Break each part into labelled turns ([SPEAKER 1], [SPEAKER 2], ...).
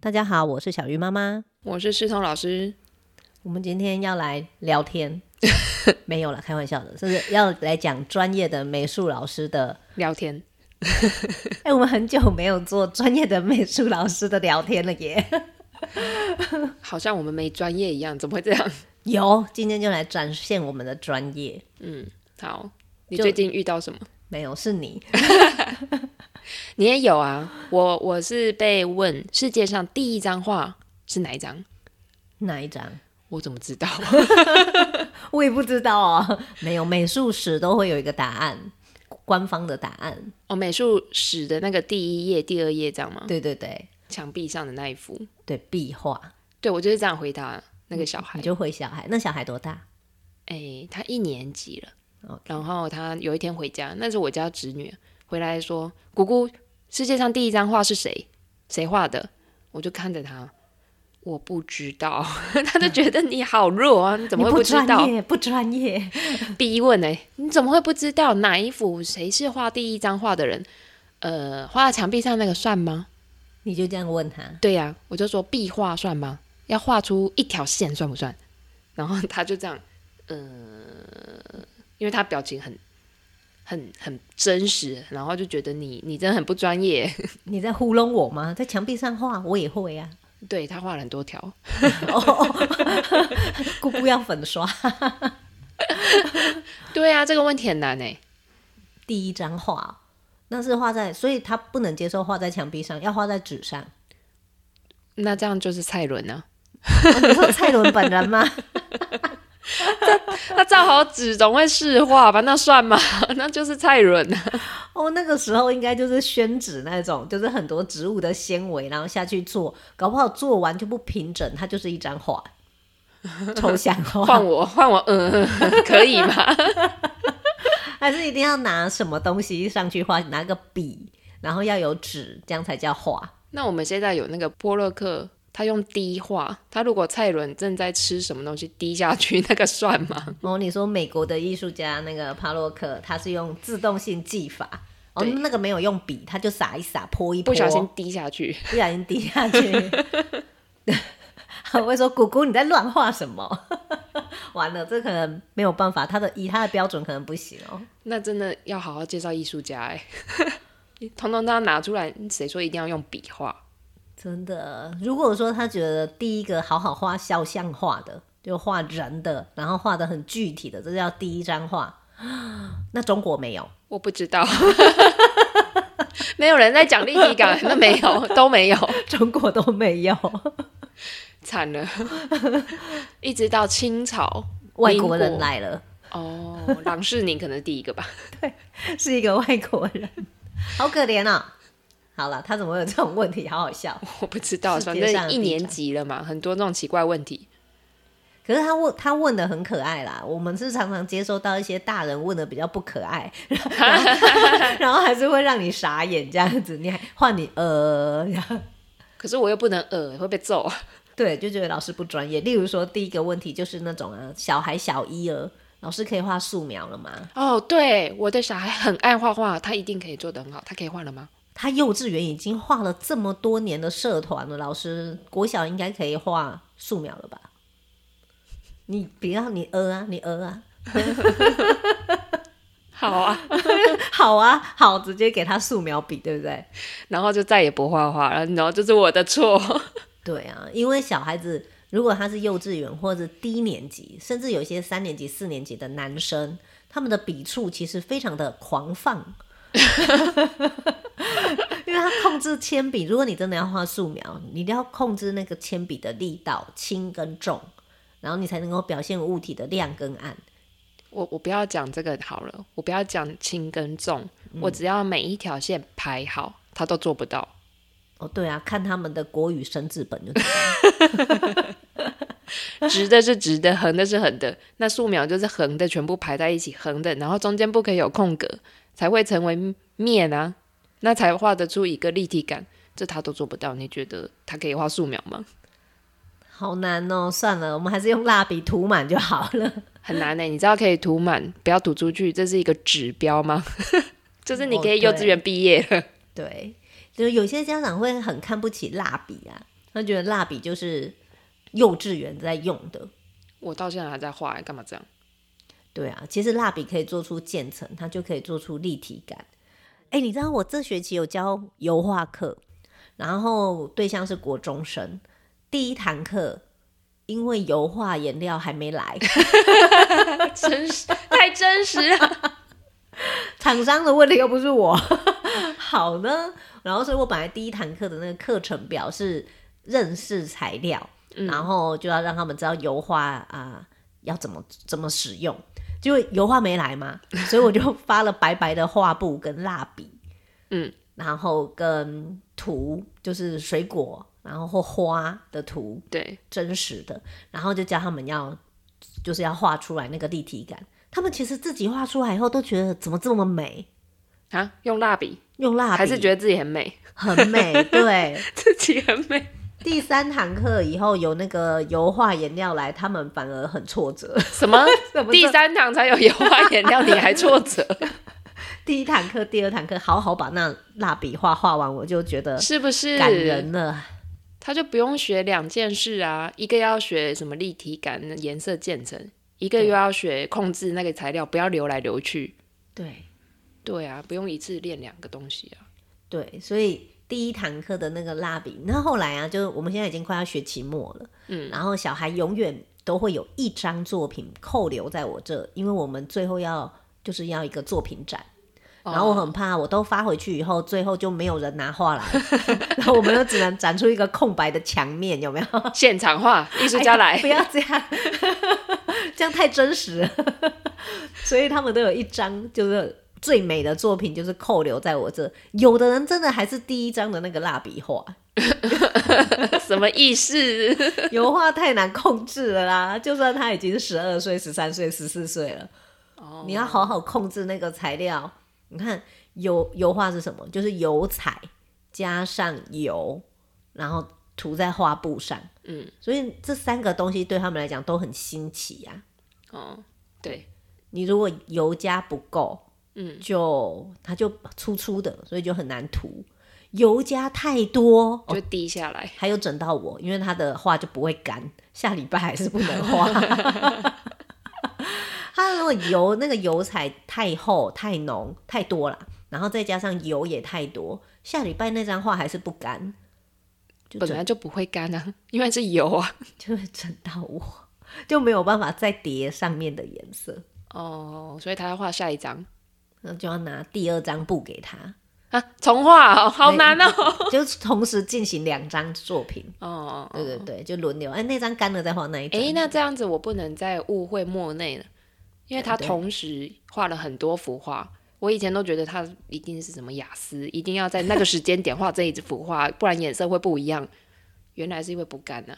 [SPEAKER 1] 大家好，我是小鱼妈妈。
[SPEAKER 2] 我是世彤老师，
[SPEAKER 1] 我们今天要来聊天， 没有啦，开玩笑的，就是要来讲专业的美术老师 的。
[SPEAKER 2] 聊天
[SPEAKER 1] 哎、我们很久没有做专业的美术老师的聊天了耶。
[SPEAKER 2] 好像我们没专业一样，怎么会这样？
[SPEAKER 1] 有，今天就来展现我们的专业。
[SPEAKER 2] 嗯， 好，你
[SPEAKER 1] 就
[SPEAKER 2] 最近遇到什么？
[SPEAKER 1] 没有，是你。
[SPEAKER 2] 你也有啊，我我是被问世界上第一张画是哪一张，
[SPEAKER 1] 哪一张？
[SPEAKER 2] 我怎么知道？
[SPEAKER 1] 我也不知道哦。没有，美术史都会有一个答案，官方的答案。
[SPEAKER 2] 哦，美术史的那个第一页、第二页这样吗？
[SPEAKER 1] 对对对
[SPEAKER 2] 墙壁上的那一幅，
[SPEAKER 1] 对，壁画。
[SPEAKER 2] 对我就是这样回答那个小孩
[SPEAKER 1] 你。就会小孩，那小孩多大？
[SPEAKER 2] 哎、他一年级了
[SPEAKER 1] 哦 OK
[SPEAKER 2] 然后他有一天回家，那是我家侄女回来说：“姑姑，世界上第一张画是谁？谁画的？”我就看着他，我不知道， 他就觉得你好弱啊，你怎么会
[SPEAKER 1] 你不
[SPEAKER 2] 知道
[SPEAKER 1] 专？业？不专业。
[SPEAKER 2] 逼问哎、你怎么会不知道哪一幅谁是画第一张画的人？呃，画在墙壁上那个算吗？
[SPEAKER 1] 你就这样问他，
[SPEAKER 2] 对呀、我就说壁画算吗？要画出一条线算不算？ 然后他就这样，呃，因为他表情很、很、很真实，然后就觉得你你真的很不专业。
[SPEAKER 1] 你在糊弄我吗？在墙壁上画，我也会呀、
[SPEAKER 2] 对他画了很多条，
[SPEAKER 1] 啊。 哦， 姑姑要粉刷。
[SPEAKER 2] 对啊，这个问题很难哎。
[SPEAKER 1] 第一张画，那是画在，所以他不能接受画在墙壁上，要画在纸上。
[SPEAKER 2] 那这样就是蔡伦啊，
[SPEAKER 1] 哦你说蔡伦本人吗？
[SPEAKER 2] 他照好纸总会是画吧？那算吗？ 那就是蔡伦啊。
[SPEAKER 1] 哦，那个时候应该就是宣纸那种，就是很多植物的纤维，然后下去做，搞不好做完就不平整，它就是一张画，抽象画
[SPEAKER 2] 换，我，换我，嗯，嗯 可以吗？
[SPEAKER 1] 还是一定要拿什么东西上去画，拿个笔，然后要有纸，这样才叫画。
[SPEAKER 2] 那我们现在有那个波洛克，他用滴画，他如果蔡伦正在吃什么东西滴下去， 那个算吗？
[SPEAKER 1] 哦，你说美国的艺术家那个帕洛克，他是用自动性技法，哦，
[SPEAKER 2] 对
[SPEAKER 1] 那个没有用笔，他就撒一撒，泼一泼，
[SPEAKER 2] 不小心滴下去，
[SPEAKER 1] 不小心滴下去。 我会说：“姑姑，你在乱画什么？” 完了，这可能没有办法，他的以他的标准可能不行哦。
[SPEAKER 2] 那真的要好好介绍艺术家哎、 通通都要拿出来，谁说一定要用笔画？
[SPEAKER 1] 真的，如果说他觉得第一个好好画肖像画的，就画人的，然后画的很具体的，这叫第一张画。 那中国没有，
[SPEAKER 2] 我不知道， 没有人在讲立体感，那没有，都没有，
[SPEAKER 1] 中国都没 有，
[SPEAKER 2] 惨了。一直到清朝
[SPEAKER 1] 外国人
[SPEAKER 2] 英国
[SPEAKER 1] 来了，
[SPEAKER 2] 哦，郎世宁可能是第一个吧。
[SPEAKER 1] 是一个外国人，好可怜哦。好了，他怎么会有这种问题？好好笑。
[SPEAKER 2] 我不知道，
[SPEAKER 1] 世
[SPEAKER 2] 反
[SPEAKER 1] 界上的
[SPEAKER 2] 正一
[SPEAKER 1] 第一
[SPEAKER 2] 年
[SPEAKER 1] 张
[SPEAKER 2] 级了嘛，很多那种奇怪问题。
[SPEAKER 1] 可是他问他问的很可爱啦，我们是常常接收到一些大人问的比较不可爱，然后然后还是会让你傻眼这样子，你还换你呃，然后
[SPEAKER 2] 可是我又不能呃，会被揍。
[SPEAKER 1] 对，就觉得老师不专业。例如说第一个问题就是那种啊，小孩小一儿，老师可以画素描了吗？
[SPEAKER 2] 哦，对，我的小孩很爱画画，他一定可以做得很好。他可以画了吗？
[SPEAKER 1] 他幼稚园已经画了这么多年的社团了，老师国小应该可以画素描了吧？你不要你呃啊，你呃啊，
[SPEAKER 2] 好啊，
[SPEAKER 1] 好啊好，直接给他素描笔，对不对？
[SPEAKER 2] 然后就再也不画画了，然后就是我的错。
[SPEAKER 1] 对啊，因为小孩子如果他是幼稚园或者低年级，甚至有些三年级、四年级的男生，他们的笔触其实非常的狂放， 因为他控制铅笔。如果你真的要画素描，你一定要控制那个铅笔的力道轻跟重，然后你才能够表现物体的亮跟暗。
[SPEAKER 2] 我我不要讲这个好了，我不要讲轻跟重，我只要每一条线排好，他都做不 到。
[SPEAKER 1] 哦，对啊，看他们的国语生字本就知道
[SPEAKER 2] 直的是直的，横的是横的。那素描就是横的全部排在一起，横的，然后中间不可以有空格，才会成为面啊，那才画得出一个立体感。这他都做不到，你觉得他可以画素描吗？
[SPEAKER 1] 好难哦。算了，我们还是用蜡笔涂满就好了。
[SPEAKER 2] 很难呢、欸你知道可以涂满，不要涂出去，这是一个指标吗？ 就是你
[SPEAKER 1] 哦
[SPEAKER 2] 可以幼稚园毕业了，
[SPEAKER 1] 对，就是有些家长会很看不起蜡笔啊，他觉得蜡笔就是幼稚园在用的。
[SPEAKER 2] 我到现在还在画、欸，干嘛这样？
[SPEAKER 1] 对啊，其实蜡笔可以做出渐层，它就可以做出立体感。哎，你知道我这学期有教油画课，然后对象是国中生，第一堂课因为油画颜料还没来，
[SPEAKER 2] 真实太真实了。
[SPEAKER 1] 厂商的问题又不是我。 好呢，然后所以我本来第一堂课的那个课程表是认识材料，然后就要让他们知道油画啊、要怎么怎么使用。结果油画没来嘛，所以我就发了白白的画布跟蜡笔，
[SPEAKER 2] 嗯，
[SPEAKER 1] 然后跟图就是水果，然后或花的图，
[SPEAKER 2] 对，
[SPEAKER 1] 真实的，然后就教他们要就是要画出来那个立体感。他们其实自己画出来以后都觉得怎么这么美，
[SPEAKER 2] 啊，用蜡笔
[SPEAKER 1] 用蜡笔
[SPEAKER 2] 还是觉得自己 很美，
[SPEAKER 1] 很美。对，
[SPEAKER 2] 自己很美，
[SPEAKER 1] 第三堂课以后有那个油画颜料来，他们反而很挫折。
[SPEAKER 2] 什么？
[SPEAKER 1] 怎么
[SPEAKER 2] 第
[SPEAKER 1] 这
[SPEAKER 2] 三堂才有油画颜料，你还挫折，
[SPEAKER 1] 第一堂课、第二堂课好好把那蜡笔画画完，我就觉得
[SPEAKER 2] 是不是？
[SPEAKER 1] 感人了。
[SPEAKER 2] 他就不用学两件事啊，一个要学什么立体感、颜色渐层，一个又要学控制那个材料不要流来流去。
[SPEAKER 1] 对
[SPEAKER 2] 对啊，不用一次练两个东西啊。
[SPEAKER 1] 对，所以第一堂课的那个蜡笔，那后来啊，就是我们现在已经快要学期末了，嗯，然后小孩永远都会有一张作品扣留在我这，因为我们最后要就是要一个作品展。
[SPEAKER 2] 哦
[SPEAKER 1] 然后我很怕，我都发回去以后，最后就没有人拿画来， 然后我们就只能展出一个空白的墙面，有没有？
[SPEAKER 2] 现场画，艺术家来
[SPEAKER 1] 不，要这样，这样太真实 了。所以他们都有一张就是最美的作品，就是扣留在我这。有的人真的还是第一张的那个蜡笔画，
[SPEAKER 2] 什么 意思？
[SPEAKER 1] 油画太难控制了啦。就算他已经十二岁、十三岁、十四岁了，
[SPEAKER 2] 哦
[SPEAKER 1] 你要好好控制那个材料。你看油油画是什么？就是油彩加上油，然后涂在画布上。
[SPEAKER 2] 嗯，
[SPEAKER 1] 所以这三个东西对他们来讲都很新奇啊呀、
[SPEAKER 2] 哦，对，
[SPEAKER 1] 你如果油加不够，
[SPEAKER 2] 嗯，
[SPEAKER 1] 就它就粗粗的，所以就很难涂。油加太多，哦
[SPEAKER 2] 就滴下来。
[SPEAKER 1] 还有整到我，因为它的画就不会干，下礼拜还是不能画。 它如果油那个油彩太厚、太浓、太多了，然后再加上油也太多，下礼拜那张画还是不干，就
[SPEAKER 2] 本
[SPEAKER 1] 整
[SPEAKER 2] 来就不会干啊， 因为是油啊。
[SPEAKER 1] 就会整到我，就没有办法再叠上面的颜色，
[SPEAKER 2] 哦，所以他要画下一张
[SPEAKER 1] 那就要拿第二张布给他。
[SPEAKER 2] 啊，重画哦，好难哦。
[SPEAKER 1] 就是同时进行两张作品，
[SPEAKER 2] 哦，
[SPEAKER 1] 对对对，就轮流。哎，那张干了再画那一张。
[SPEAKER 2] 诶，那这样子我不能再误会莫内了，因为他
[SPEAKER 1] 对
[SPEAKER 2] 同时画了很多幅画。我以前都觉得他一定是什么雅思，一定要在那个时间点画这一幅画， 不然颜色会不一样。原来是因为不干呢、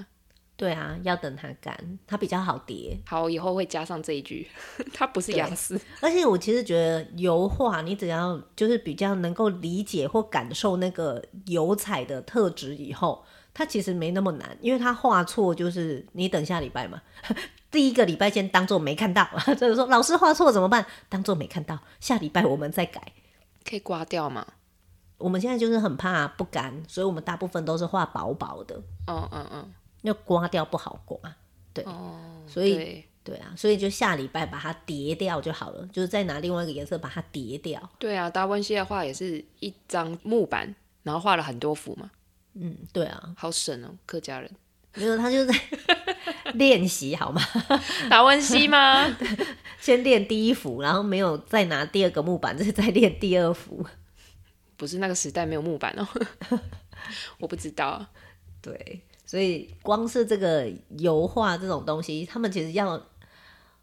[SPEAKER 1] 对啊，要等它干，它比较好叠。
[SPEAKER 2] 好，我以后会加上这一句， 他不是雅思。
[SPEAKER 1] 而且我其实觉得油画，你只要就是比较能够理解或感受那个油彩的特质以后，它其实没那么难，因为它画错就是你等下礼拜嘛。 第一个礼拜先当做没看到，就是说老师画错怎么办？当做没看到，下礼拜我们再改。
[SPEAKER 2] 可以刮掉吗？
[SPEAKER 1] 我们现在就是很怕不干，所以我们大部分都是画薄薄的。
[SPEAKER 2] 嗯嗯嗯，哦
[SPEAKER 1] 要刮掉不好刮，对，所以
[SPEAKER 2] 对
[SPEAKER 1] 对啊，所以就下礼拜把它叠掉就好了，就是再拿另外一个颜色把它叠掉。
[SPEAKER 2] 对啊，达文西的画也是一张木板，然后画了很多幅嘛，
[SPEAKER 1] 嗯，对啊，
[SPEAKER 2] 好省哦，客家人。
[SPEAKER 1] 没有他就在练习好吗？
[SPEAKER 2] 达文西吗？
[SPEAKER 1] 先练第一幅，然后没有再拿第二个木板，再再练第二幅。
[SPEAKER 2] 不是那个时代没有木板哦， 我不知道啊。
[SPEAKER 1] 对，所以光是这个油画这种东西，他们其实要。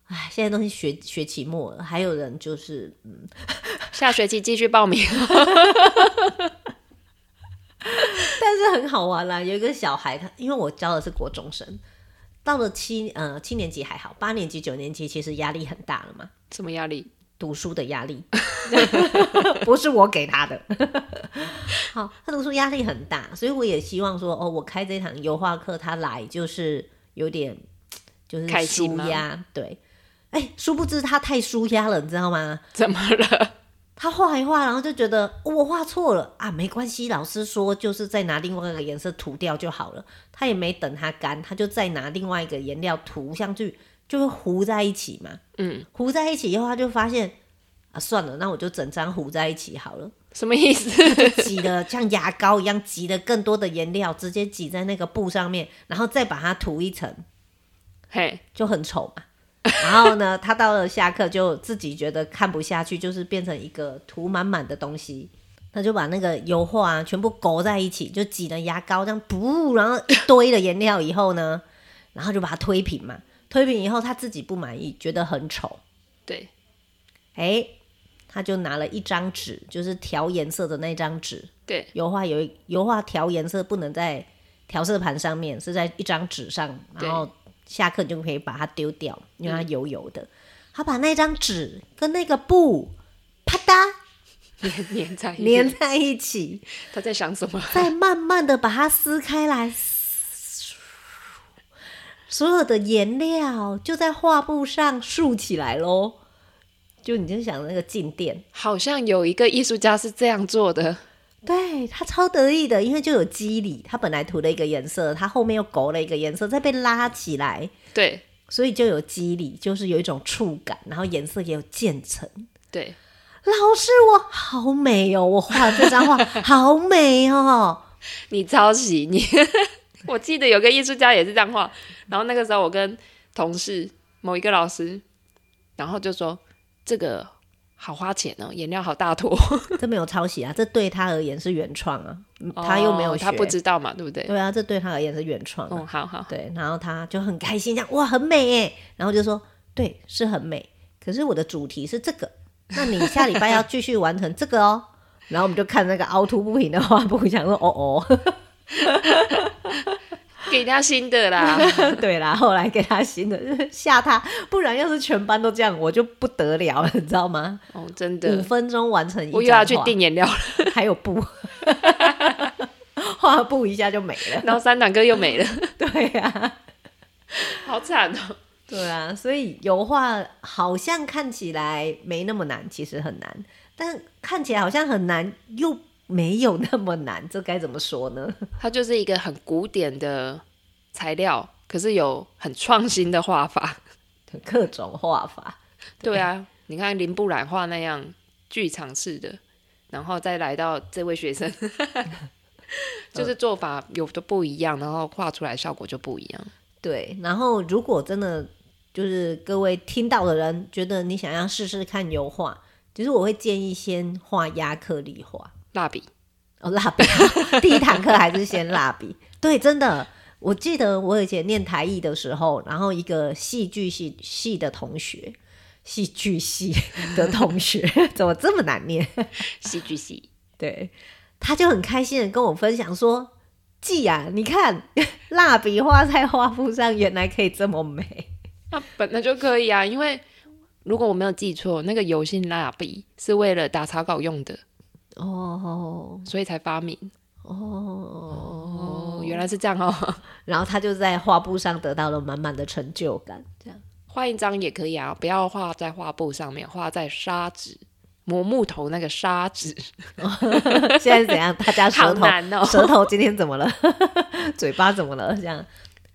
[SPEAKER 1] 哎，现在东西学学期末了，还有人就是
[SPEAKER 2] 下学期继续报名。
[SPEAKER 1] 但是很好玩啦。有一个小孩，他因为我教的是国中生，到了七呃七年级还好，八年级、九年级其实压力很大了嘛，
[SPEAKER 2] 什么压力？
[SPEAKER 1] 读书的压力， 不是我给他的。 好，他读书压力很大，所以我也希望说，哦，我开这堂油画课，他来就是有点就是
[SPEAKER 2] 开心
[SPEAKER 1] 舒
[SPEAKER 2] 吗
[SPEAKER 1] 压，对。哎，殊不知他太舒压了，你知道吗？
[SPEAKER 2] 怎么了？
[SPEAKER 1] 他画一画，然后就觉得、哦我画错了啊，没关系，老师说就是再拿另外一个颜色涂掉就好了。他也没等它干，他就再拿另外一个颜料涂上去，就会糊在一起嘛。
[SPEAKER 2] 嗯，
[SPEAKER 1] 糊在一起以后，他就发现啊，算了，那我就整张糊在一起好了。
[SPEAKER 2] 什么意思？
[SPEAKER 1] 挤的像牙膏一样挤的更多的颜料，直接挤在那个布上面，然后再把它涂一层，
[SPEAKER 2] 嘿，
[SPEAKER 1] 就很丑嘛。 然后呢，他到了下课就自己觉得看不下去，就是变成一个涂满满的东西。他就把那个油画啊全部勾在一起，就挤了牙膏这样，噗，然后一堆的颜料以后呢， 然后就把它推平嘛。推平以后他自己不满意，觉得很丑，
[SPEAKER 2] 对，
[SPEAKER 1] 哎，他就拿了一张纸，就是调颜色的那张纸，
[SPEAKER 2] 对，
[SPEAKER 1] 油画有一油画调颜色不能在调色盘上面，是在一张纸上，
[SPEAKER 2] 对
[SPEAKER 1] 然后下课你就可以把它丢掉，因为它油油的。他把那张纸跟那个布啪嗒
[SPEAKER 2] 粘粘在一
[SPEAKER 1] 粘
[SPEAKER 2] 起。
[SPEAKER 1] 在一起，
[SPEAKER 2] 他在想什么？
[SPEAKER 1] 再慢慢的把它撕开来，所有的颜料就在画布上竖起来喽。就你就想那个静电，
[SPEAKER 2] 好像有一个艺术家是这样做的，
[SPEAKER 1] 对他超得意的，因为就有肌理，他本来涂了一个颜色，他后面又勾了一个颜色，再被拉起来，
[SPEAKER 2] 对
[SPEAKER 1] 所以就有肌理，就是有一种触感，然后颜色也有渐层。
[SPEAKER 2] 对，
[SPEAKER 1] 老师，我好美哦，我画这张画好美 哦。
[SPEAKER 2] 你抄袭你。 我记得有个艺术家也是这样画，然后那个时候我跟同事某一个老师，然后就说这个好花钱哦，颜料好大坨。
[SPEAKER 1] 这没有抄袭啊，这对他而言是原创啊，嗯 他又没有
[SPEAKER 2] 哦
[SPEAKER 1] 学，
[SPEAKER 2] 他不知道嘛，对不对？
[SPEAKER 1] 对啊，这对他而言是原创啊、
[SPEAKER 2] 哦，好好，
[SPEAKER 1] 对，然后他就很开心，这样哇，很美耶。然后就说，对，是很美，可是我的主题是这个，那你下礼拜要继续完成这个哦。然后我们就看那个凹凸不平的画布，想说哦哦，
[SPEAKER 2] 给他新 的啦。
[SPEAKER 1] 对啦。后来给他新的吓他，不然要是全班都这样，我就不得了了，你知道吗？
[SPEAKER 2] 哦，真
[SPEAKER 1] 五
[SPEAKER 2] 的，
[SPEAKER 1] 分钟完成一张画，
[SPEAKER 2] 我又要去订颜料了。
[SPEAKER 1] 还有布， 画布一下就没了。
[SPEAKER 2] 然后三堂课又没了，
[SPEAKER 1] 对呀、啊。
[SPEAKER 2] 好惨哦。
[SPEAKER 1] 对啊，所以油画好像看起来没那么难，其实很难，但看起来好像很难，又没有那么难，这该怎么说呢？
[SPEAKER 2] 它就是一个很古典的材料，可是有很创新的画法。
[SPEAKER 1] 各种画法，
[SPEAKER 2] 对啊，你看林布兰画那样剧场式的，然后再来到这位学 生，就是做法有的不一样，然后画出来效果就不一样。
[SPEAKER 1] 对。然后如果真的就是各位听到的人觉得你想要试试看油画，其实我会建议先画亚克力画，
[SPEAKER 2] 蜡笔，
[SPEAKER 1] 哦，蜡笔， 第一堂课还是先蜡笔。对，真的，我记得我以前念台艺的时候，然后一个戏剧系系的同学，戏剧系的同学， 怎么这么难念？
[SPEAKER 2] 戏剧系，
[SPEAKER 1] 对，他就很开心的跟我分享说：“季啊，你看蜡笔画在画布上，原来可以这么美。
[SPEAKER 2] 啊那、本来就可以啊，因为如果我没有记错，那个油性蜡笔是为了打草稿用的，”
[SPEAKER 1] 哦
[SPEAKER 2] 所以才发明。
[SPEAKER 1] 哦，
[SPEAKER 2] 哦，原来是这样哦。
[SPEAKER 1] 然后他就在画布上得到了满满的成就感，这样。
[SPEAKER 2] 画一张也可以啊，不要画在画布上面，画在砂纸。磨木头那个砂纸，
[SPEAKER 1] 现在是怎样？大家舌
[SPEAKER 2] 好
[SPEAKER 1] 头
[SPEAKER 2] 难哦、
[SPEAKER 1] 舌头今天怎么了？ 嘴巴怎么了？这样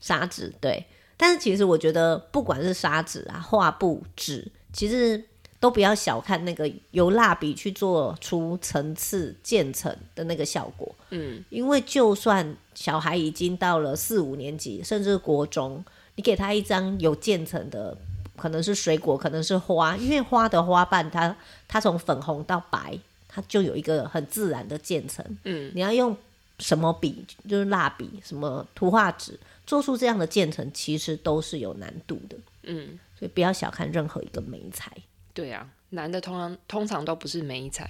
[SPEAKER 1] 砂纸对，但是其实我觉得不管是砂纸啊、画布、纸，其实都不要小看那个由蜡笔去做出层次渐层的那个效果，
[SPEAKER 2] 嗯，
[SPEAKER 1] 因为就算小孩已经到了四五年级，甚至国中，你给他一张有渐层的。可能是水果，可能是花，因为花的花瓣它它从粉红到白，它就有一个很自然的渐层。
[SPEAKER 2] 嗯，
[SPEAKER 1] 你要用什么笔，就是蜡笔、什么图画纸，做出这样的渐层，其实都是有难度的。
[SPEAKER 2] 嗯，
[SPEAKER 1] 所以不要小看任何一个美材。
[SPEAKER 2] 对啊，男的通常通常都不是美才，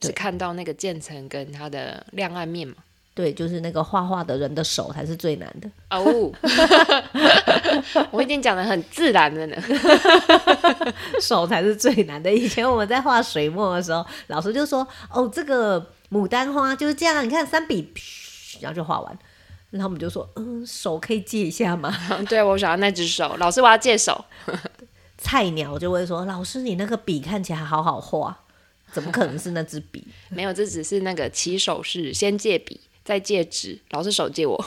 [SPEAKER 1] 对
[SPEAKER 2] 只看到那个渐层跟它的亮暗面嘛。
[SPEAKER 1] 对，就是那个画画的人的手才是最难的。
[SPEAKER 2] 哦， 我已经讲的很自然了呢。
[SPEAKER 1] 手才是最难的。以前我们在画水墨的时候，老师就说：“哦，这个牡丹花就是这样，你看三笔，嘘然后就画完。”然后我们就说：“嗯，手可以借一下吗
[SPEAKER 2] 对，我想要那只手，老师我要借手。？”
[SPEAKER 1] 菜鸟就会说：“老师，你那个笔看起来好好画，怎么可能是那支笔？”
[SPEAKER 2] 没有，这只是那个起手式，先借笔，再借纸。老师手借我，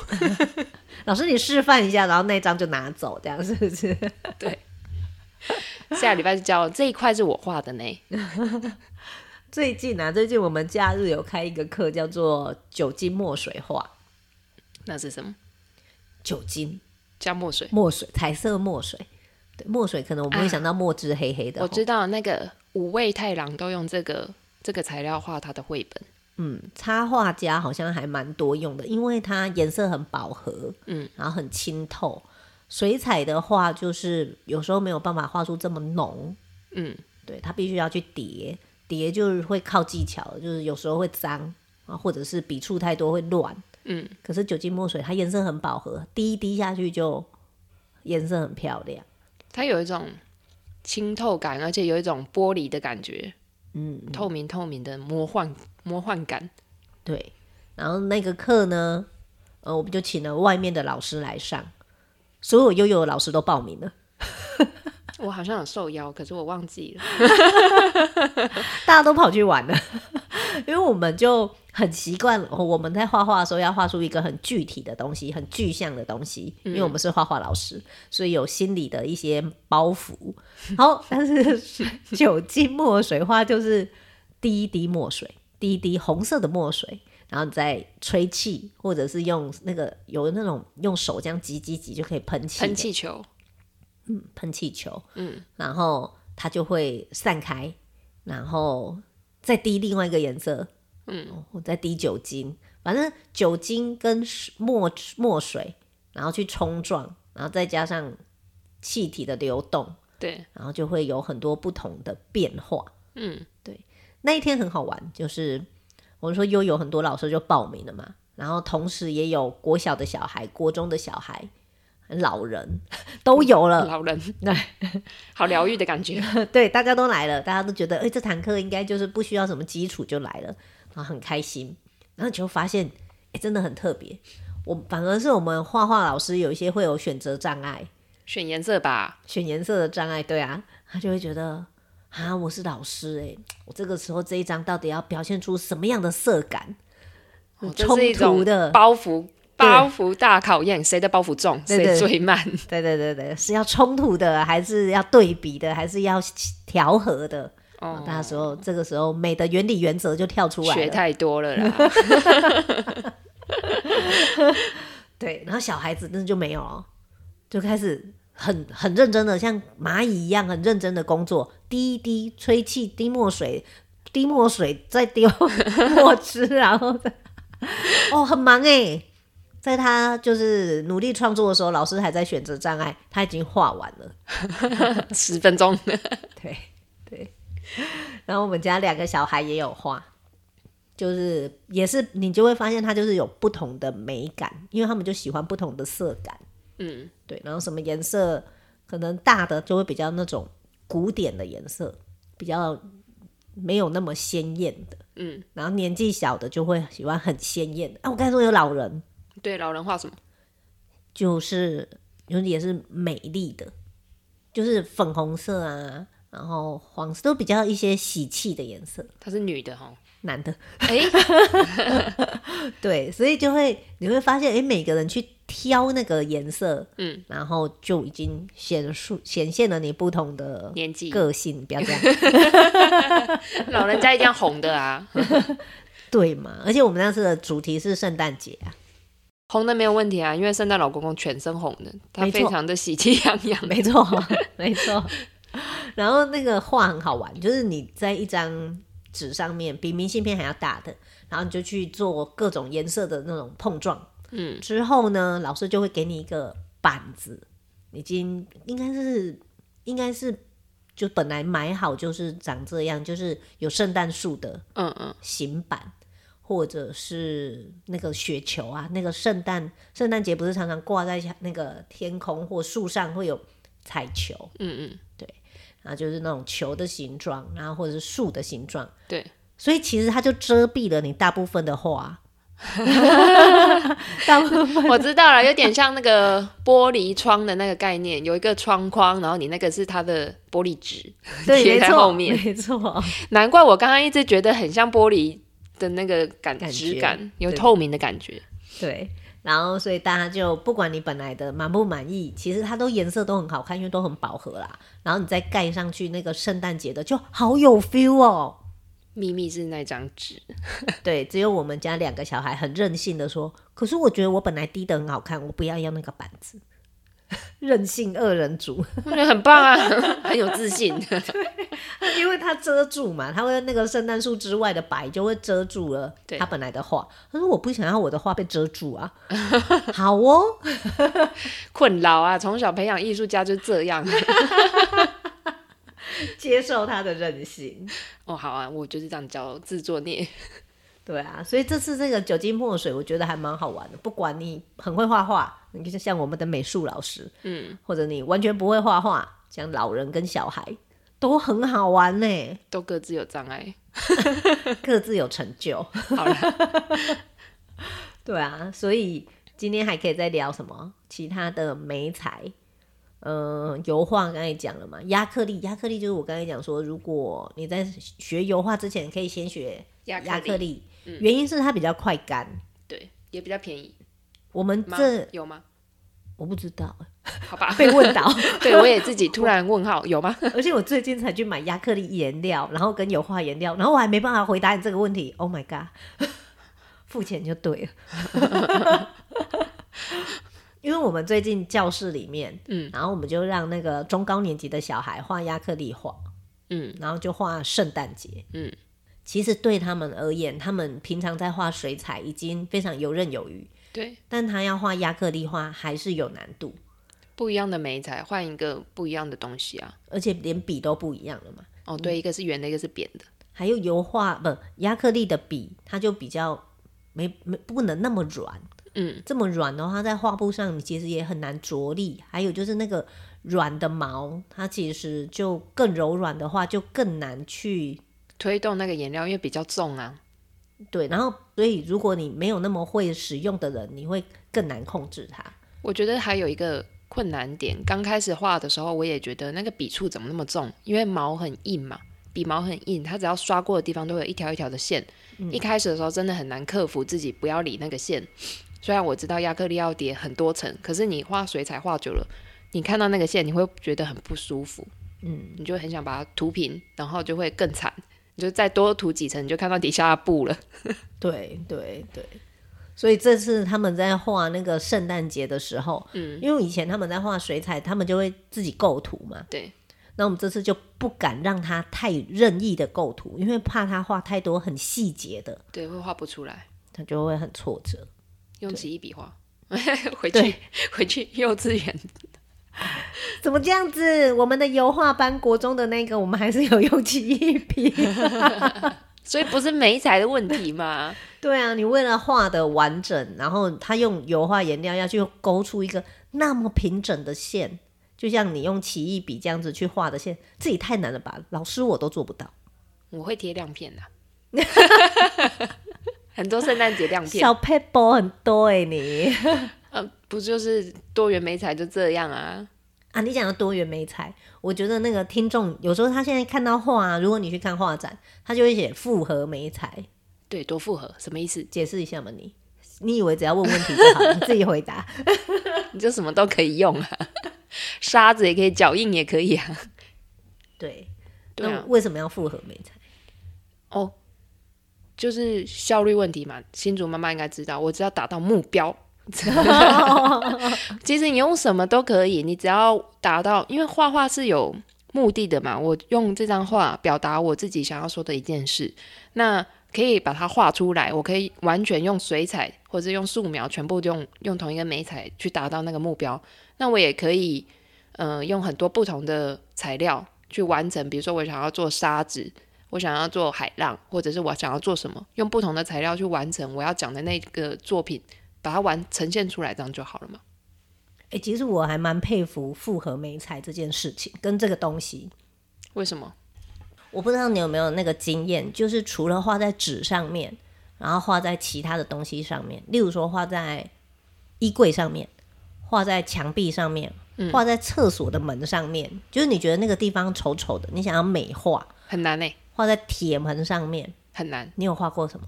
[SPEAKER 1] 老师，你示范一下，然后那张就拿走，这样是不是？
[SPEAKER 2] 对。下礼拜就交了，这一块是我画的呢。
[SPEAKER 1] 最近啊，最近我们假日有开一个课，叫做酒精墨水画，
[SPEAKER 2] 那是什么？
[SPEAKER 1] 酒精
[SPEAKER 2] 加墨水。
[SPEAKER 1] 墨水，彩色墨水。对，墨水可能我们会想到墨汁黑黑的、
[SPEAKER 2] 我知道那个五味太郎都用这个这个材料画他的绘本。
[SPEAKER 1] 嗯，插画家好像还蛮多用的，因为它颜色很饱和，
[SPEAKER 2] 嗯，
[SPEAKER 1] 然后很清透。水彩的话，就是有时候没有办法画出这么浓，
[SPEAKER 2] 嗯，
[SPEAKER 1] 对，它必须要去叠，叠就是会靠技巧，就是有时候会脏啊，或者是笔触太多会乱，
[SPEAKER 2] 嗯。
[SPEAKER 1] 可是酒精墨水它颜色很饱和，滴一滴下去就颜色很漂亮。
[SPEAKER 2] 它有一种清透感，而且有一种玻璃的感觉，
[SPEAKER 1] 嗯，
[SPEAKER 2] 透明透明的魔幻魔幻感。
[SPEAKER 1] 对，然后那个课呢，呃，我们就请了外面的老师来上，所有悠悠的老师都报名了。
[SPEAKER 2] 我好像有受邀，可是我忘记了。
[SPEAKER 1] 大家都跑去玩了， 因为我们就很习惯，我们在画画的时候要画出一个很具体的东西，很具象的东西，因为我们是画画老师，所以有心理的一些包袱。然后，但是酒精墨水画就是滴一滴墨水，滴一滴红色的墨水。然后你再吹气，或者是用那个有那种用手这样挤挤挤就可以喷气的，
[SPEAKER 2] 喷气球，
[SPEAKER 1] 喷气球，嗯，然后它就会散开，然后再滴另外一个颜色，嗯，我再滴酒精，反正酒精跟水墨墨水，然后去冲撞，然后再加上气体的流动，
[SPEAKER 2] 对，
[SPEAKER 1] 然后就会有很多不同的变化。嗯，对，那一天很好玩，就是我们说又有很多老师就报名了嘛，然后同时也有国小的小孩、国中的小孩、老人都有了，
[SPEAKER 2] 老人，好疗愈的感觉。
[SPEAKER 1] 对，大家都来了，大家都觉得，哎、这堂课应该就是不需要什么基础就来了，然后很开心，然后就发现，哎、真的很特别。我反而是我们画画老师有一些会有选择障碍，
[SPEAKER 2] 选颜色吧，
[SPEAKER 1] 选颜色的障碍，对啊，他就会觉得啊，我是老师哎、我这个时候这一张到底要表现出什么样的色感？
[SPEAKER 2] 哦这
[SPEAKER 1] 冲
[SPEAKER 2] 是一
[SPEAKER 1] 突
[SPEAKER 2] 种
[SPEAKER 1] 的
[SPEAKER 2] 包袱。包袱大考验，谁的包袱重，
[SPEAKER 1] 对对
[SPEAKER 2] 谁 最慢？
[SPEAKER 1] 对对对对，是要冲突的，还是要对比的，还是要调和的？
[SPEAKER 2] 哦
[SPEAKER 1] 大家时候这个时候美的原理原则就跳出来
[SPEAKER 2] 学
[SPEAKER 1] 了。
[SPEAKER 2] 太多 了啦。
[SPEAKER 1] 对，然后小孩子那就没有了，就开始很很认真的，像蚂蚁一样很认真的工作，滴一滴吹气，滴墨水，滴墨水，再丢 墨汁，然后再，哦，很忙哎。在他就是努力创作的时候，老师还在选择障碍，他已经画完了。
[SPEAKER 2] 十分钟，
[SPEAKER 1] 对对，然后我们家两个小孩也有画，就是也是你就会发现他就是有不同的美感，因为他们就喜欢不同的色感。
[SPEAKER 2] 嗯，
[SPEAKER 1] 对，然后什么颜色，可能大的就会比较那种古典的颜色，比较没有那么鲜艳的，
[SPEAKER 2] 嗯，
[SPEAKER 1] 然后年纪小的就会喜欢很鲜艳的。啊，我刚才说有老人，
[SPEAKER 2] 对，老人画什么？
[SPEAKER 1] 就是就是也是美丽的，就是粉红色啊，然后黄色都比较一些喜气的颜色，
[SPEAKER 2] 她是女的哈，
[SPEAKER 1] 男的。
[SPEAKER 2] 哎，
[SPEAKER 1] 对，所以就会你会发现，诶，每个人去挑那个颜色，
[SPEAKER 2] 嗯，
[SPEAKER 1] 然后就已经显出显现了你不同的
[SPEAKER 2] 年纪
[SPEAKER 1] 个性，不要这样，
[SPEAKER 2] 老人家一定要红的啊，
[SPEAKER 1] 对嘛？而且我们那次的主题是圣诞节啊，
[SPEAKER 2] 红的没有问题啊，因为圣诞老公公全身红的，他
[SPEAKER 1] 没错
[SPEAKER 2] 非常的喜气洋洋。
[SPEAKER 1] 没错，没错。然后那个画很好玩，就是你在一张纸上面，比明信片还要大的，然后你就去做各种颜色的那种碰撞。
[SPEAKER 2] 嗯，
[SPEAKER 1] 之后呢，老师就会给你一个板子，已经应该是应该是就本来买好就是长这样，就是有圣诞树的
[SPEAKER 2] 嗯嗯，
[SPEAKER 1] 型板，或者是那个雪球啊，那个圣诞圣诞节不是常常挂在那个天空或树上会有彩球，
[SPEAKER 2] 嗯嗯，
[SPEAKER 1] 然后就是那种球的形啊状，然后或者是树的形状，
[SPEAKER 2] 对，
[SPEAKER 1] 所以其实它就遮蔽了你大部分的画，大部分
[SPEAKER 2] 我知道了，有点像那个玻璃窗的那个概念，有一个窗框，然后你那个是它的玻璃纸
[SPEAKER 1] 对，
[SPEAKER 2] 贴
[SPEAKER 1] 没
[SPEAKER 2] 在
[SPEAKER 1] 错，
[SPEAKER 2] 后面。
[SPEAKER 1] 没错，
[SPEAKER 2] 难怪我刚刚一直觉得很像玻璃的那个感
[SPEAKER 1] 感
[SPEAKER 2] 质
[SPEAKER 1] 觉
[SPEAKER 2] 感，有
[SPEAKER 1] 对
[SPEAKER 2] 透明的感觉。
[SPEAKER 1] 对。然后，所以大家就不管你本来的满不满意，其实它都颜色都很好看，因为都很饱和啦。然后你再盖上去那个圣诞节的，就好有 feel 哦。
[SPEAKER 2] 秘密是那张纸，
[SPEAKER 1] 对，只有我们家两个小孩很任性的说，可是我觉得我本来滴的很好看，我不要要那个板子。任性二人组，
[SPEAKER 2] 我觉得很棒啊， 很有自信。
[SPEAKER 1] 因为它遮住嘛，它会那个圣诞树之外的白就会遮住了
[SPEAKER 2] 对
[SPEAKER 1] 它本来的画。他说我不想要我的画被遮住啊， 好哦，
[SPEAKER 2] 困扰啊，从小培养艺术家就这样。
[SPEAKER 1] 接受他的任性。
[SPEAKER 2] 哦，好啊，我就是这样教自作孽。
[SPEAKER 1] 对啊，所以这次这个酒精墨水，我觉得还蛮好玩的。不管你很会画画，你就像我们的美术老师，嗯，或者你完全不会画画，像老人跟小孩都很好玩呢，
[SPEAKER 2] 都各自有障碍。
[SPEAKER 1] 各自有成就。
[SPEAKER 2] 好了，
[SPEAKER 1] 对啊，所以今天还可以再聊什么其他的美材？嗯，油画刚才讲了嘛，亚克力，亚克力就是我刚才讲说，如果你在学油画之前，可以先学
[SPEAKER 2] 亚克力嗯
[SPEAKER 1] 亚克力，原因是它比较快干。
[SPEAKER 2] 对，也比较便宜
[SPEAKER 1] 我们
[SPEAKER 2] 吗？
[SPEAKER 1] 这
[SPEAKER 2] 有吗？
[SPEAKER 1] 我不知道，
[SPEAKER 2] 好吧，
[SPEAKER 1] 被问到，
[SPEAKER 2] 对我也自己突然问 号，有吗？
[SPEAKER 1] 而且我最近才去买亚克力颜料，然后跟油画颜料，然后我还没办法回答你这个问题。Oh my god，付钱就对了。 因为我们最近教室里面，
[SPEAKER 2] 嗯，
[SPEAKER 1] 然后我们就让那个中高年级的小孩画亚克力画，
[SPEAKER 2] 嗯
[SPEAKER 1] 然后就画圣诞节，
[SPEAKER 2] 嗯，
[SPEAKER 1] 其实对他们而言，他们平常在画水彩已经非常游刃有余，
[SPEAKER 2] 对，
[SPEAKER 1] 但他要画亚克力画还是有难度，
[SPEAKER 2] 不一样的美材，换一个不一样的东西啊。
[SPEAKER 1] 而且连笔都不一样了嘛。
[SPEAKER 2] 哦，对，一个是圆的，一个是扁的。
[SPEAKER 1] 还有油画不亚克力的笔，它就比较没没不能那么软，
[SPEAKER 2] 嗯，
[SPEAKER 1] 这么软的话，在画布上你其实也很难着力。还有就是那个软的毛，它其实就更柔软的话，就更难去
[SPEAKER 2] 推动那个颜料，因为比较重啊。
[SPEAKER 1] 对。然后，所以如果你没有那么会使用的人，你会更难控制它。
[SPEAKER 2] 我觉得还有一个困难点，刚开始画的时候，我也觉得那个笔触怎么那么重，因为毛很硬嘛，笔毛很硬，它只要刷过的地方都会有一条一条的线。一开始的时候真的很难克服自己不要理那个线。虽然我知道亚克力要叠很多层，可是你画水彩画久了，你看到那个线，你会觉得很不舒服，
[SPEAKER 1] 嗯，
[SPEAKER 2] 你就很想把它涂平，然后就会更惨。你就再多涂几层，你就看到底下的布了。
[SPEAKER 1] 对对对。所以这次他们在画那个圣诞节的时候，嗯，因为以前他们在画水彩，他们就会自己构图嘛，
[SPEAKER 2] 对，
[SPEAKER 1] 那我们这次就不敢让他太任意的构图，因为怕他画太多很细节的，
[SPEAKER 2] 对，会画不出来，
[SPEAKER 1] 他就会很挫折。
[SPEAKER 2] 用起一笔画。 回
[SPEAKER 1] 对
[SPEAKER 2] 去，回去幼稚园
[SPEAKER 1] 怎么这样子？我们的油画班国中的那个，我们还是有用起一笔。
[SPEAKER 2] 所以不是美彩的问题嘛？
[SPEAKER 1] 对啊，你为了画的完整，然后他用油画颜料要去勾出一个那么平整的线，就像你用奇异笔这样子去画的线，这也太难了吧？老师我都做不到。
[SPEAKER 2] 我会贴亮片的、啊 很多圣诞节亮片，
[SPEAKER 1] 小 p e 很多哎、你
[SPEAKER 2] 呃，不就是多元美彩就这样啊？
[SPEAKER 1] 啊，你讲的多元美彩，我觉得那个听众有时候他现在看到画、啊，如果你去看画展，他就会写复合美彩，
[SPEAKER 2] 对，多复合什么意思？
[SPEAKER 1] 解释一下嘛你。你以为只要问问题就好， 你自己回答。
[SPEAKER 2] 你就什么都可以用啊， 沙子也可以，脚印也可以啊。
[SPEAKER 1] 对，
[SPEAKER 2] 对
[SPEAKER 1] 那
[SPEAKER 2] 啊，
[SPEAKER 1] 为什么要复合美彩？
[SPEAKER 2] 哦，就是效率问题嘛。新竹妈妈应该知道，我只要达到目标。其实你用什么都可以，你只要达到，因为画画是有目的的嘛。我用这张画表达我自己想要说的一件事，那可以把它画出来。我可以完全用水彩或者用素描，全部用用同一个美彩去达到那个目标。那我也可以，嗯、用很多不同的材料去完成。比如说，我想要做沙子，我想要做海浪，或者是我想要做什么，用不同的材料去完成我要讲的那个作品，把它完呈现出来，这样就好了嘛。
[SPEAKER 1] 哎、其实我还蛮佩服复合美彩这件事情跟这个东西。
[SPEAKER 2] 为什么？
[SPEAKER 1] 我不知道你有没有那个经验，就是除了画在纸上面，然后画在其他的东西上面，例如说画在衣柜上面，画在墙壁上面，
[SPEAKER 2] 嗯
[SPEAKER 1] 画在厕所的门上面，就是你觉得那个地方丑丑的，你想要美化，
[SPEAKER 2] 很难哎、
[SPEAKER 1] 画在铁门上面，
[SPEAKER 2] 很难。
[SPEAKER 1] 你有画过什么？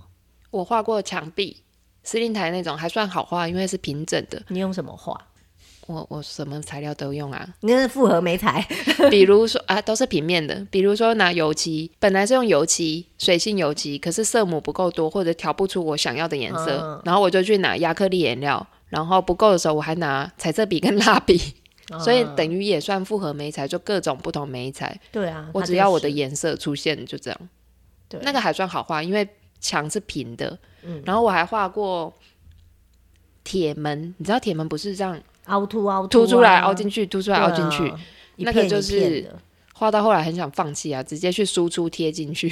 [SPEAKER 2] 我画过墙壁、司令台那种，还算好画，因为是平整的。
[SPEAKER 1] 你用什么画？
[SPEAKER 2] 我我什么材料都 用啊，
[SPEAKER 1] 你那是复合媒材，
[SPEAKER 2] 比如说啊，都是平面的。比如说拿油漆，本来是用油漆、水性油漆，可是色母不够多，或者调不出我想要的颜色，
[SPEAKER 1] 嗯
[SPEAKER 2] 然后我就去拿亚克力颜料，然后不够的时候我还拿彩色笔跟蜡笔， 所以等于也算复合媒材，就各种不同媒材。
[SPEAKER 1] 哦对啊，嗯
[SPEAKER 2] 我
[SPEAKER 1] 它
[SPEAKER 2] 只
[SPEAKER 1] 就
[SPEAKER 2] 要我
[SPEAKER 1] 是
[SPEAKER 2] 的颜色出现，就这样。
[SPEAKER 1] 对嗯
[SPEAKER 2] 那个还算好画，因为墙是平的。然后我还画过铁门，你知道铁门不是这样
[SPEAKER 1] 凹凸啊凹凸
[SPEAKER 2] 凸出来、
[SPEAKER 1] 啊
[SPEAKER 2] 凹进去、凸出来、凹进去
[SPEAKER 1] 对，啊一
[SPEAKER 2] 那个
[SPEAKER 1] 片
[SPEAKER 2] 就
[SPEAKER 1] 一片
[SPEAKER 2] 是
[SPEAKER 1] 的
[SPEAKER 2] 画到后来很想放弃啊，直接去输出贴进去。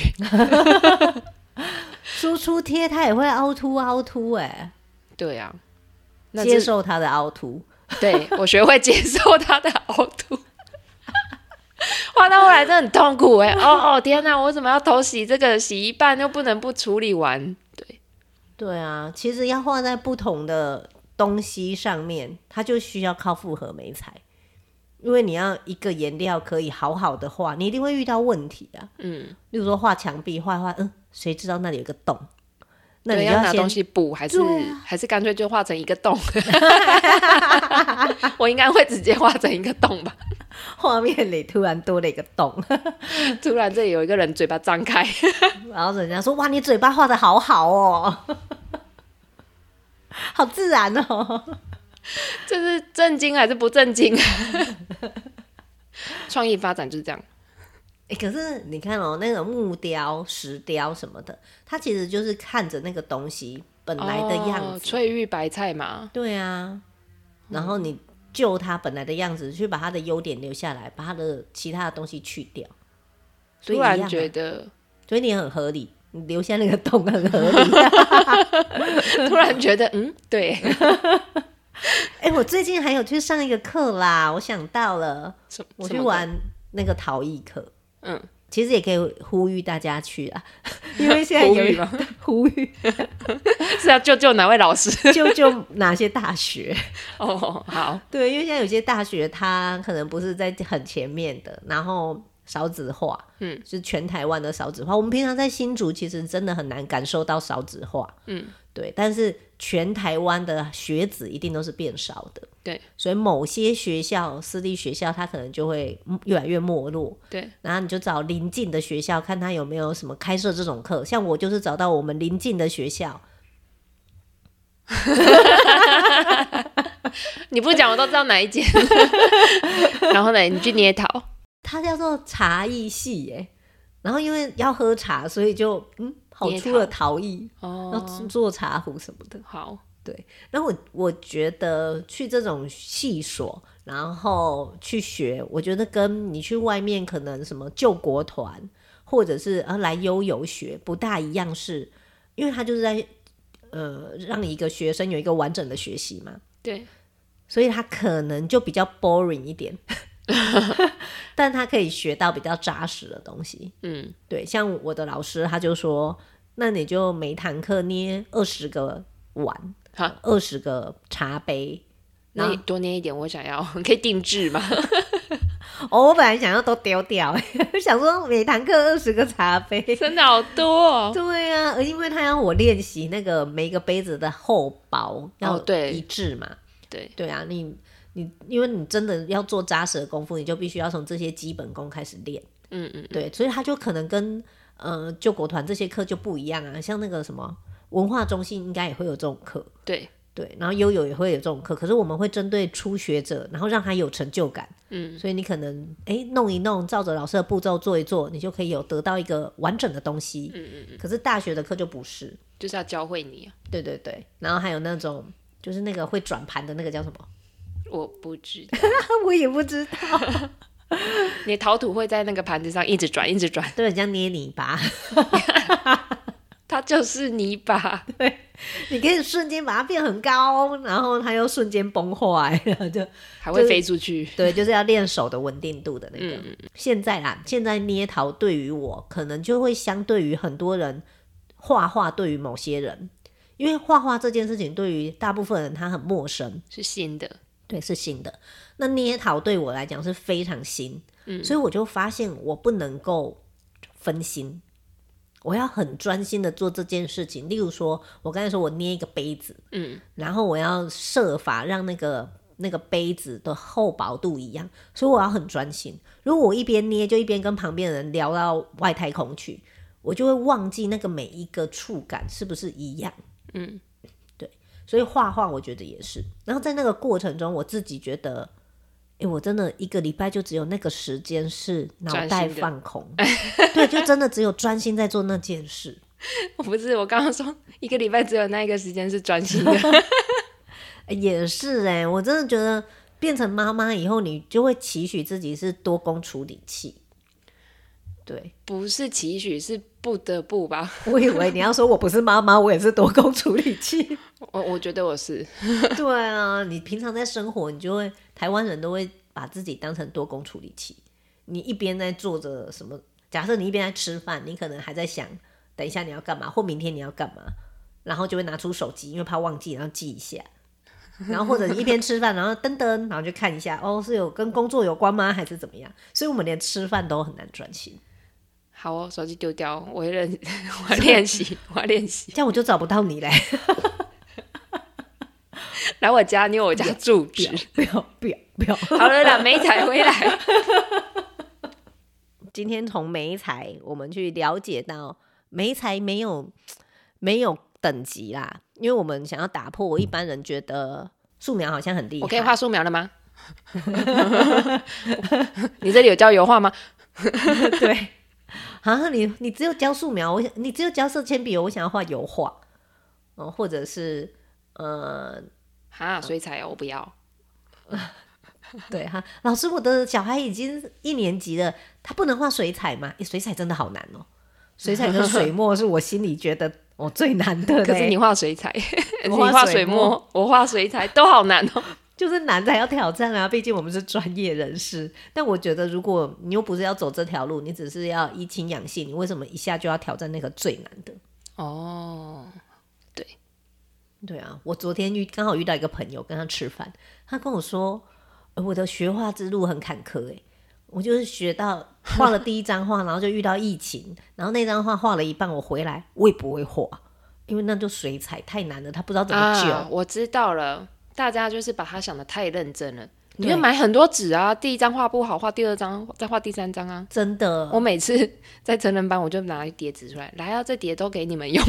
[SPEAKER 1] 输出贴，它也会凹凸凹凸哎、
[SPEAKER 2] 对啊，那
[SPEAKER 1] 接
[SPEAKER 2] 这
[SPEAKER 1] 受它的凹凸，
[SPEAKER 2] 对我学会接受它的凹凸。 画到后来真的很痛苦哎、哦哦天哪！我为什么要头洗这个？洗一半又不能不处理完，
[SPEAKER 1] 对啊，其实要画在不同的东西上面，它就需要靠复合媒材，因为你要一个颜料可以好好的画，你一定会遇到问题啊。
[SPEAKER 2] 嗯，
[SPEAKER 1] 例如说画墙壁，画一画，嗯，谁知道那里有个洞？那
[SPEAKER 2] 对，
[SPEAKER 1] 你就
[SPEAKER 2] 要拿
[SPEAKER 1] 先
[SPEAKER 2] 东西补，还是、
[SPEAKER 1] 对啊
[SPEAKER 2] 还是干脆就画成一个洞？ 我应该会直接画成一个洞吧？
[SPEAKER 1] 画面里突然多了一个洞，
[SPEAKER 2] 突然这里有一个人嘴巴张开，
[SPEAKER 1] 然后人家说：“哇，你嘴巴画的好好哦， 好自然哦。
[SPEAKER 2] 这是震惊还是不震惊？ 创意发展就是这样，
[SPEAKER 1] 欸”可是你看哦，那个木雕、石雕什么的，它其实就是看着那个东西本来的样
[SPEAKER 2] 哦嗯
[SPEAKER 1] 子，
[SPEAKER 2] 翠玉白菜嘛，
[SPEAKER 1] 对啊，然后你就它本来的样子，去把它的优点留下来，把它的其他的东西去掉，所以
[SPEAKER 2] 突
[SPEAKER 1] 一样
[SPEAKER 2] 然
[SPEAKER 1] 啊
[SPEAKER 2] 觉得，
[SPEAKER 1] 所以你很合理，你留下那个洞很合理。啊
[SPEAKER 2] 突然觉得，嗯，对，
[SPEAKER 1] 哎、我最近还有去上一个课啦，我想到了，
[SPEAKER 2] 什么
[SPEAKER 1] 我
[SPEAKER 2] 什
[SPEAKER 1] 去
[SPEAKER 2] 么
[SPEAKER 1] 玩那个陶艺课。
[SPEAKER 2] 嗯，
[SPEAKER 1] 其实也可以呼吁大家去啊， 因为现在
[SPEAKER 2] 呼
[SPEAKER 1] 有
[SPEAKER 2] 吁
[SPEAKER 1] 一
[SPEAKER 2] 吗
[SPEAKER 1] 呼吁
[SPEAKER 2] 是要救救哪位老师？
[SPEAKER 1] 就就哪些大学？
[SPEAKER 2] 哦，好，
[SPEAKER 1] 对，因为现在有些大学它可能不是在很前面的，然后少子化，
[SPEAKER 2] 嗯，
[SPEAKER 1] 是全台湾的少子化。我们平常在新竹其实真的很难感受到少子化，
[SPEAKER 2] 嗯，
[SPEAKER 1] 对，但是全台湾的学子一定都是变少的，
[SPEAKER 2] 对，
[SPEAKER 1] 所以某些学校私立学校它可能就会越来越没落，
[SPEAKER 2] 对，
[SPEAKER 1] 然后你就找邻近的学校，看他有没有什么开设这种课。像我就是找到我们邻近的学校，
[SPEAKER 2] 你不讲我都知道哪一间。 然后呢，你去捏陶，
[SPEAKER 1] 它叫做茶艺系耶。然后因为要喝茶，所以就嗯跑
[SPEAKER 2] 捏
[SPEAKER 1] 出了陶艺，要
[SPEAKER 2] 哦，
[SPEAKER 1] 制做茶壶什么的。
[SPEAKER 2] 好，
[SPEAKER 1] 然后我我觉得去这种系所，然后去学，我觉得跟你去外面可能什么救国团，或者是呃来悠游学不大一样是，因为他就是在呃让一个学生有一个完整的学习嘛，
[SPEAKER 2] 对，
[SPEAKER 1] 所以他可能就比较 boring 一点， 但他可以学到比较扎实的东西。
[SPEAKER 2] 嗯，
[SPEAKER 1] 对，像我的老师他就说，那你就每堂课捏二十个碗
[SPEAKER 2] 好，
[SPEAKER 1] 二十个茶杯。
[SPEAKER 2] 那
[SPEAKER 1] 然
[SPEAKER 2] 你
[SPEAKER 1] 后
[SPEAKER 2] 多捏一点，我想要， 可以定制吗？
[SPEAKER 1] 哦，我本来想要都丢掉， 想说每堂课二十个茶杯。
[SPEAKER 2] 真的好多哦，
[SPEAKER 1] 对啊，而因为他要我练习那个每一个杯子的厚薄要
[SPEAKER 2] 哦对
[SPEAKER 1] 一致嘛。
[SPEAKER 2] 对，
[SPEAKER 1] 对啊，你你因为你真的要做扎实的功夫，你就必须要从这些基本功开始练。
[SPEAKER 2] 嗯嗯，
[SPEAKER 1] 对，所以他就可能跟呃救国团这些课就不一样啊，像那个什么文化中心应该也会有这种课，
[SPEAKER 2] 对，
[SPEAKER 1] 对，然后悠悠也会有这种课，可是我们会针对初学者，然后让他有成就感，
[SPEAKER 2] 嗯，
[SPEAKER 1] 所以你可能哎弄一弄，照着老师的步骤做一做，你就可以有得到一个完整的东西，嗯嗯嗯。可是大学的课就不是，
[SPEAKER 2] 就是要教会你啊。
[SPEAKER 1] 对对对，然后还有那种就是那个会转盘的那个叫什么？
[SPEAKER 2] 我不知道，
[SPEAKER 1] 我也不知道，
[SPEAKER 2] 你陶土会在那个盘子上一直转，一直转，
[SPEAKER 1] 对，很像捏泥 巴，
[SPEAKER 2] 它就是泥 巴。
[SPEAKER 1] 你可以瞬间把它变很高，然后它又瞬间崩坏， 然后就
[SPEAKER 2] 还会飞出去。
[SPEAKER 1] 对，就是要练手的稳定度的那个。
[SPEAKER 2] 嗯
[SPEAKER 1] 现在啦，现在捏陶对于我可能就会相对于很多人画画对于某些人，因为画画这件事情对于大部分人他很陌生，
[SPEAKER 2] 是新的，
[SPEAKER 1] 对，是新的。那捏陶对我来讲是非常新，嗯，所以我就发现我不能够分心，我要很专心的做这件事情。例如说，我刚才说我捏一个杯子，
[SPEAKER 2] 嗯，
[SPEAKER 1] 然后我要设法让那个那个杯子的厚薄度一样，所以我要很专心。如果我一边捏就一边跟旁边的人聊到外太空去，我就会忘记那个每一个触感是不是一样。
[SPEAKER 2] 嗯，
[SPEAKER 1] 对，所以画画我觉得也是。然后在那个过程中，我自己觉得。诶，我真的一个礼拜就只有那个时间是脑袋
[SPEAKER 2] 专心的
[SPEAKER 1] 放空， 对，就真的只有专心在做那件事。
[SPEAKER 2] 我不是我刚刚说一个礼拜只有那一个时间是专 心的，
[SPEAKER 1] 也是哎、我真的觉得变成妈妈以后，你就会期许自己是多功处理器。对，
[SPEAKER 2] 不是期许，是不得不吧？
[SPEAKER 1] 我以为你要说我不是妈妈，我也是多功处理器。
[SPEAKER 2] 我我觉得我是，
[SPEAKER 1] 对啊，你平常在生活，你就会台湾人都会把自己当成多功处理器。你一边在做着什么？假设你一边在吃饭，你可能还在想等一下你要干嘛，或明天你要干嘛，然后就会拿出手机，因为怕忘记，然后记一下。然后或者你一边吃饭，然后噔噔，然后就看一下，哦，是有跟工作有关吗，还是怎么样？所以我们连吃饭都很难专心，
[SPEAKER 2] 好哦，手机丢掉，我会练， 我要练习， 我要练习。
[SPEAKER 1] 这样我就找不到你嘞。
[SPEAKER 2] 来我家，你有我家住
[SPEAKER 1] 不
[SPEAKER 2] 址
[SPEAKER 1] 要。 不要不要不要！
[SPEAKER 2] 好了啦，没踩回来。
[SPEAKER 1] 今天从媒材，我们去了解到媒材没有没有等级啦，因为我们想要打破我一般人觉得素描好像很厉害，
[SPEAKER 2] 我可以画素描了吗？ 你这里有教油 画吗？
[SPEAKER 1] 对。啊，你你只有教素描，我想你只有教色铅笔，我想要画油画，嗯、或者是呃，
[SPEAKER 2] 啊，水彩哦，我不要。
[SPEAKER 1] 对哈、老师，我的小孩已经一年级了，他不能画水彩吗？诶水彩真的好难哦、水彩跟水墨是我心里觉得我最难的 嘞，
[SPEAKER 2] 可是你画水彩，你
[SPEAKER 1] 我画
[SPEAKER 2] 画
[SPEAKER 1] 水
[SPEAKER 2] 水
[SPEAKER 1] 墨
[SPEAKER 2] 墨，我画水彩都好难哦。
[SPEAKER 1] 就是难才要挑战啊，毕竟我们是专业人士。但我觉得，如果你又不是要走这条路，你只是要怡情养性，你为什么一下就要挑战那个最难的？
[SPEAKER 2] 哦，
[SPEAKER 1] 对啊，我昨天遇刚好遇到一个朋友，跟他吃饭，他跟我说，呃我的学画之路很坎坷诶、我就是学到画了第一张画，然后就遇到疫情，然后那张画画了一半，我回来我也不会画，因为那就水彩太难了，他不知道怎么救。
[SPEAKER 2] 啊，我知道了。大家就是把它想的太认真了，你
[SPEAKER 1] 对
[SPEAKER 2] 就买很多纸啊，第一张画不好，画第二张，再画第三张啊。
[SPEAKER 1] 真的，
[SPEAKER 2] 我每次 在成人班，我就拿一叠纸出来，来啊，这叠都给你们用。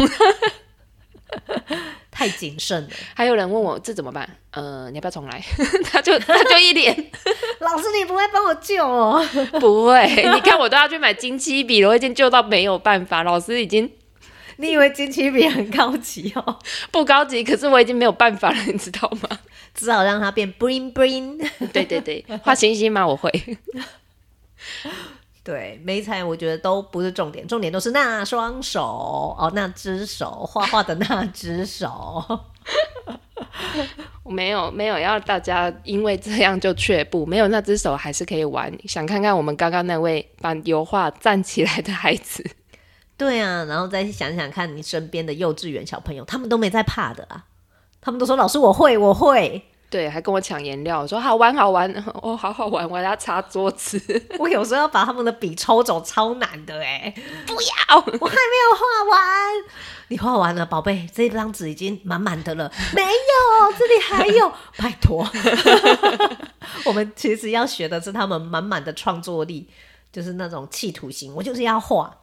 [SPEAKER 1] 太谨慎了。
[SPEAKER 2] 还有人问我这怎么办？呃，你要不要重来？ 他就他就一脸
[SPEAKER 1] 老师，你不会帮我救哦？
[SPEAKER 2] 不会，你看我都要去买金漆笔了，我已经旧到没有办法，老师已经
[SPEAKER 1] 你以为金漆笔很高级哦？
[SPEAKER 2] 不高级，可是我已经没有办法了， 你知道吗？
[SPEAKER 1] 只好让它变 bling bling。
[SPEAKER 2] 对对对，画星星嘛，我会。
[SPEAKER 1] 对，美彩我觉得都不是重点，重点都是那双手哦，那只手画画的那只手。
[SPEAKER 2] 我没有没有要大家因为这样就却步，没有那只手还是可以玩。想看看我们刚刚那位把油画站起来的孩子，
[SPEAKER 1] 对啊，然后再想想看你身边的幼稚园小朋友，他们都没在怕的啊，他们都说老师我会我会，
[SPEAKER 2] 对，还跟我抢颜料，说好玩好玩， 哦，好好玩，我要擦桌子，
[SPEAKER 1] 我有时候要把他们的笔抽走超难的哎、
[SPEAKER 2] 要
[SPEAKER 1] 我还没有画完，你画完了，宝贝，这张纸已经满满的了。没有，这里还有，拜托。 我们其实要学的是他们满满的创作力，就是那种企图心。我就是要画，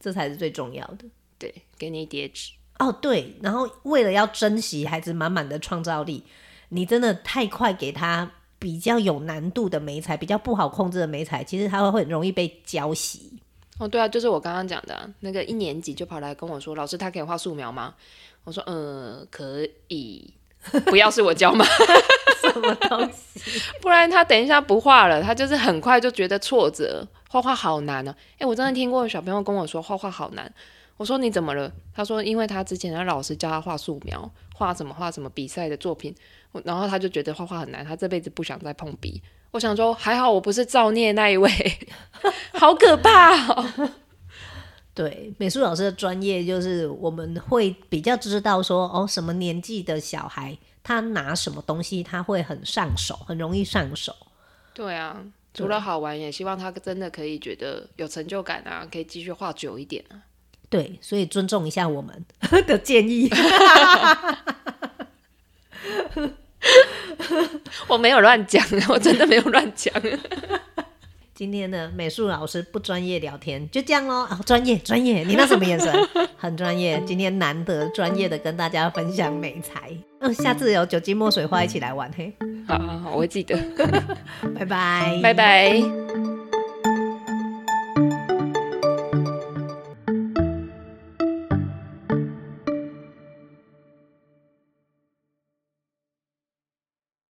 [SPEAKER 1] 这才是最重要的。
[SPEAKER 2] 对，给你一叠纸。
[SPEAKER 1] 哦，对，然后为了要珍惜孩子满满的创造力，你真的太快给他比较有难度的美材，比较不好控制的美材，其实他会很容易被浇熄。
[SPEAKER 2] 哦，对啊，就是我刚刚讲的啊、那个一年级就跑来跟我说，老师他可以画素描吗？我说，呃，可以，不要是我教嘛，
[SPEAKER 1] 什么东西？
[SPEAKER 2] 不然他等一下不画了，他就是很快就觉得挫折，画画好难哦、诶，我真的听过有小朋友跟我说画画好难，我说你怎么了？他说因为他之前的老师教他画素描，画什么画什么比赛的作品，我然后他就觉得画画很难，他这辈子不想再碰笔。我想 说还好我不是造孽那一位，好可怕、哦。
[SPEAKER 1] 对，美术老师的专业就是我们会比较知道说，哦，什么年纪的小孩他拿什么东西他会很上手，很容易上手。
[SPEAKER 2] 对啊，除了好玩，也希望他真的可以觉得有成就感啊，可以继续画久一点啊。
[SPEAKER 1] 对，所以尊重一下我们 的建议。
[SPEAKER 2] 我没有乱讲， 我真的没有乱讲。
[SPEAKER 1] 今天的美术老师不专业聊天，就这样喽。啊、专业专业，你那什么眼神？ 很专业。今天难得专业的跟大家分享美材。嗯，下次有酒精墨水花一起来玩嘿。
[SPEAKER 2] 好好好，我会记得。
[SPEAKER 1] 拜拜，
[SPEAKER 2] 拜。拜。